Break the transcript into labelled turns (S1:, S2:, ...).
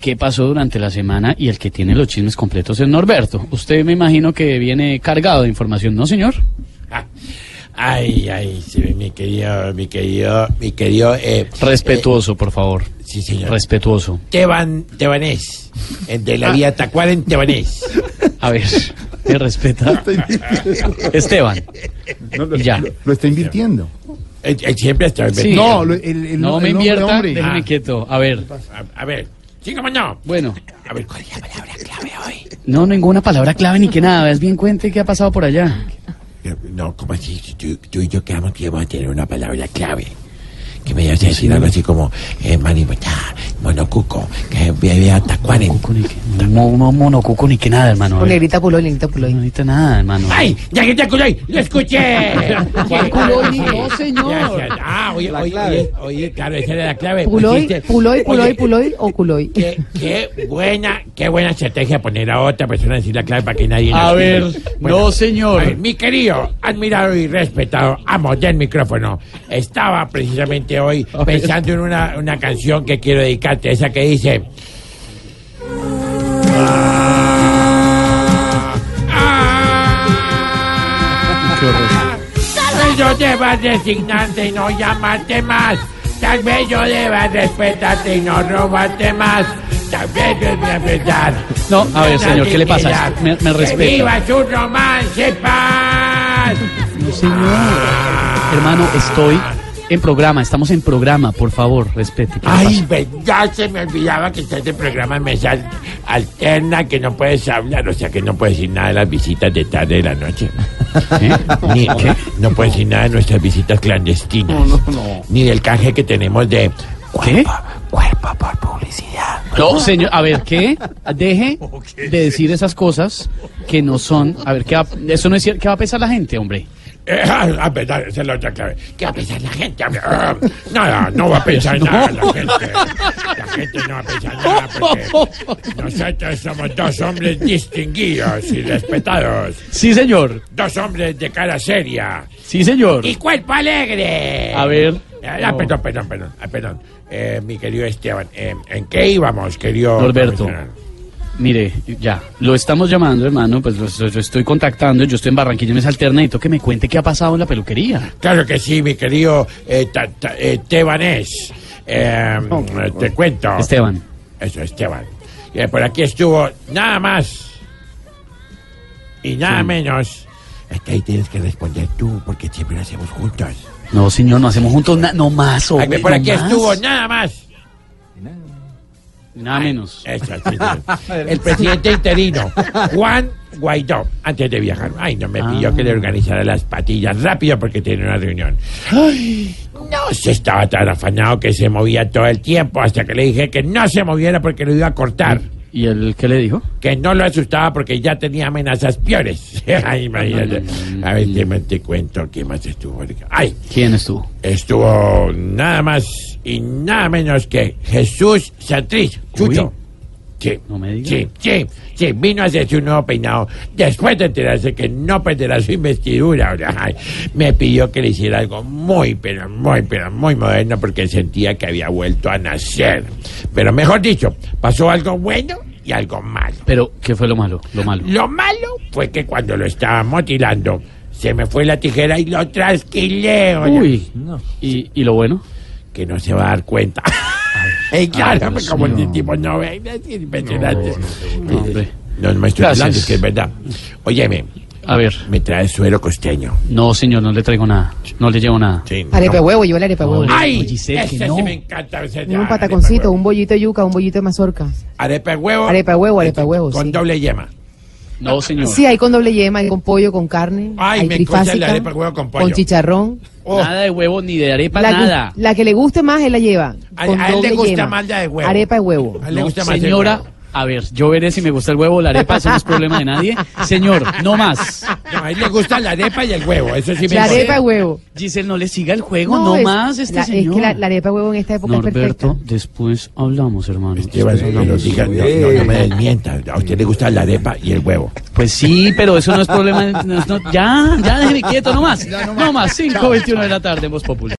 S1: ¿Qué pasó durante la semana? Y el que tiene los chismes completos es Norberto. Usted me imagino que viene cargado de información, ¿no, señor?
S2: Ay, ay, sí, mi querido, mi querido, mi querido. eh,
S1: Respetuoso, por favor.
S2: Sí, señor.
S1: Respetuoso.
S2: Teban, Tebanés. eh, De la
S1: Ah.
S2: vía Tacuara en Tebanés.
S1: A ver, me respeta. Esteban. Y ya.
S3: Lo está invirtiendo.
S2: Eh, eh, siempre está
S1: Sí.
S3: No, lo- el, el-
S1: No me
S3: el nombre de
S1: invierta,
S3: hombre.
S1: déjeme quieto. A ver,
S2: A, a ver, sí, cómo no.
S1: bueno.
S2: A ver, ¿cuál es la palabra clave hoy?
S1: No, ninguna palabra clave ni que nada. Es bien cuente qué ha pasado por allá.
S2: Eh, No, ¿cómo así? Si Tú, tú y yo quedamos que íbamos a tener una palabra clave. Que me ibas a decir algo así como, eh, Manimotá, Monocuco, que vía Tacuara en.
S1: Cuco ni que- No, no, monocuco ni que nada, hermano. A ver,
S4: Negrita Puloy, negrita
S1: No
S4: Puloy.
S1: necesita nada, hermano.
S2: ¡Ay! ¡Ya que te culoy! ¡Lo escuché!
S1: ¿Cuál culoy? No, señor.
S2: Gracias. Ah, oye, oye, oye, oye, claro, esa era la clave.
S4: Puloy,
S2: Pusiste-
S4: Puloy, Puloy,
S2: Oye,
S4: Puloy o Culoy.
S2: Qué, qué buena, qué buena estrategia poner a otra persona a decir la clave para que nadie
S1: A
S2: la
S1: ver,
S2: escuche.
S1: no, señor.
S2: a ver, mi querido, admirado y respetado amo del micrófono, estaba precisamente hoy pensando en una, una canción que quiero dedicarte, esa que dice. Ah, ah, Tal vez yo deba designarte y no llamarte más. Tal vez yo deba respetarte y no robarte más. Tal vez yo deba respetar.
S1: No, a ver, señor, ¿qué le pasa?
S2: Dignidad.
S1: Me, me
S2: ¡Que
S1: respeta.
S2: viva su romance, paz!
S1: No, señor. Hermano, estoy en programa, estamos en programa, por favor, respete. ¿Qué le
S2: Ay,
S1: pasa?
S2: verdad, se me olvidaba que está este programa en mesa al- alterna, que no puedes hablar, o sea, que no puedes decir nada de las visitas de tarde de la noche.
S1: ¿Eh?
S2: Ni, No puedes decir nada de nuestras visitas clandestinas. Ni del canje que tenemos de
S1: ¿Qué?
S2: cuerpo, cuerpo por publicidad.
S1: No, señor, a ver, ¿qué? Deje de decir esas cosas que no son. A ver, ¿qué va, eso no es cierto. ¿Qué va a pensar la gente, hombre?
S2: Eh, ah, ah, verdad, esa es la otra clave. ¿Qué va a pensar la gente? Ah, ah, Nada, no va a pensar nada la gente. La gente no va a pensar nada porque nosotros somos dos hombres distinguidos y respetados.
S1: Sí, señor.
S2: Dos hombres de cara seria
S1: Sí, señor.
S2: y cuerpo alegre.
S1: A ver.
S2: Ah, ah, perdón, perdón, perdón. ah, perdón. Eh, mi querido Esteban, eh, ¿en qué íbamos, querido?
S1: Norberto.
S2: profesional?
S1: Mire, ya, lo estamos llamando, hermano, pues lo, lo- lo estoy contactando, yo estoy en Barranquilla, me alterna y que me cuente qué ha pasado en la peluquería.
S2: Claro que sí, mi querido eh, ta- ta- eh, Tebanés. Eh, te cuento.
S1: Esteban.
S2: Eso, Esteban. Eh, por aquí estuvo nada más y nada menos. Es que ahí tienes que responder tú, porque siempre lo hacemos juntos.
S1: No, señor, no hacemos juntos na- no más,
S2: Ay,
S1: hombre,
S2: por
S1: Oh, no
S2: aquí
S1: más.
S2: estuvo nada más.
S1: Nada menos.
S2: Eso, sí, sí. El presidente interino, Juan Guaidó, antes de viajar. Ay, no me
S1: Ah.
S2: pidió que le organizara las patillas rápido porque tiene una reunión. Ay, no se estaba tan afanado que se movía todo el tiempo hasta que le dije que no se moviera porque lo iba a cortar.
S1: ¿Y él qué le dijo?
S2: que no lo asustaba porque ya tenía amenazas peores. Ay, Imagínate. A ver, te, te cuento qué más estuvo. Ay,
S1: ¿Quién estuvo?
S2: estuvo nada más y nada menos que Jesús Santriz, Chucho.
S1: Uy.
S2: Sí,
S1: No me diga.
S2: sí, sí, sí, vino a hacerse un nuevo peinado después de enterarse que no perderá su investidura. Ay, me pidió que le hiciera algo muy, pero muy, pero muy moderno porque sentía que había vuelto a nacer. Pero mejor dicho, pasó algo bueno y algo malo.
S1: Pero, ¿qué fue lo malo? Lo malo.
S2: Lo malo fue que cuando lo estaba motilando, se me fue la tijera y lo trasquilé. oye,
S1: Uy, ¿Y, y lo bueno?
S2: Que no se va a dar cuenta. Ey, claro,
S1: Dios
S2: como
S1: mío.
S2: el tipo no ve, es impresionante.
S1: No, hombre.
S2: No, no me estoy
S1: Gracias.
S2: hablando, es que es verdad. Óyeme,
S1: A ver,
S2: me trae suero costeño.
S1: no, señor, no le traigo nada, no le llevo nada.
S2: Sí, no.
S4: Arepa de huevo, yo la arepa de huevo.
S1: No,
S2: ¡Ay!
S1: Oye, Giselle,
S2: ese
S1: que
S2: sí
S1: no.
S2: me encanta. ese-
S4: Ni
S2: ah,
S4: un pataconcito, un bollito de yuca, un bollito de mazorca.
S2: Arepa de huevo. Este,
S4: Arepa de huevo, arepa de huevo,
S2: Con
S4: sí.
S2: doble yema.
S1: No, señor.
S5: Sí, hay con doble yema, hay con pollo, con carne.
S2: Ay,
S5: hay
S2: me concha la
S5: trifásica,
S2: arepa con huevo con pollo.
S5: chicharrón.
S2: Oh,
S1: Nada de huevo ni de arepa,
S5: La, que-
S1: nada.
S5: la que le guste más, él la lleva.
S2: A-
S5: con
S2: a él le
S5: doble
S2: gusta
S5: yema.
S2: más la de huevo.
S5: Arepa de huevo.
S2: a él le
S1: No,
S2: gusta más el
S1: señora,
S2: huevo.
S1: a ver, yo veré si me gusta el huevo o la arepa, eso no es problema de nadie. Señor, no más.
S2: No, a él le gusta la arepa y el huevo. Eso sí me
S5: La
S2: gusta.
S5: arepa de huevo.
S1: Giselle, no le siga el juego, no,
S5: es-
S1: más este
S5: la-
S1: señor.
S5: Es que la, la arepa de huevo en esta época es
S1: Norberto,
S5: perfecta.
S1: después hablamos, hermano.
S2: Esteban, no, no, diga- no, no, no me desmienta. A usted le gusta la arepa y el huevo.
S1: Pues sí, pero eso no es problema. no es- no- ya, ya déjeme quieto, no más. No más, 5.21 de la tarde, Voz Popular.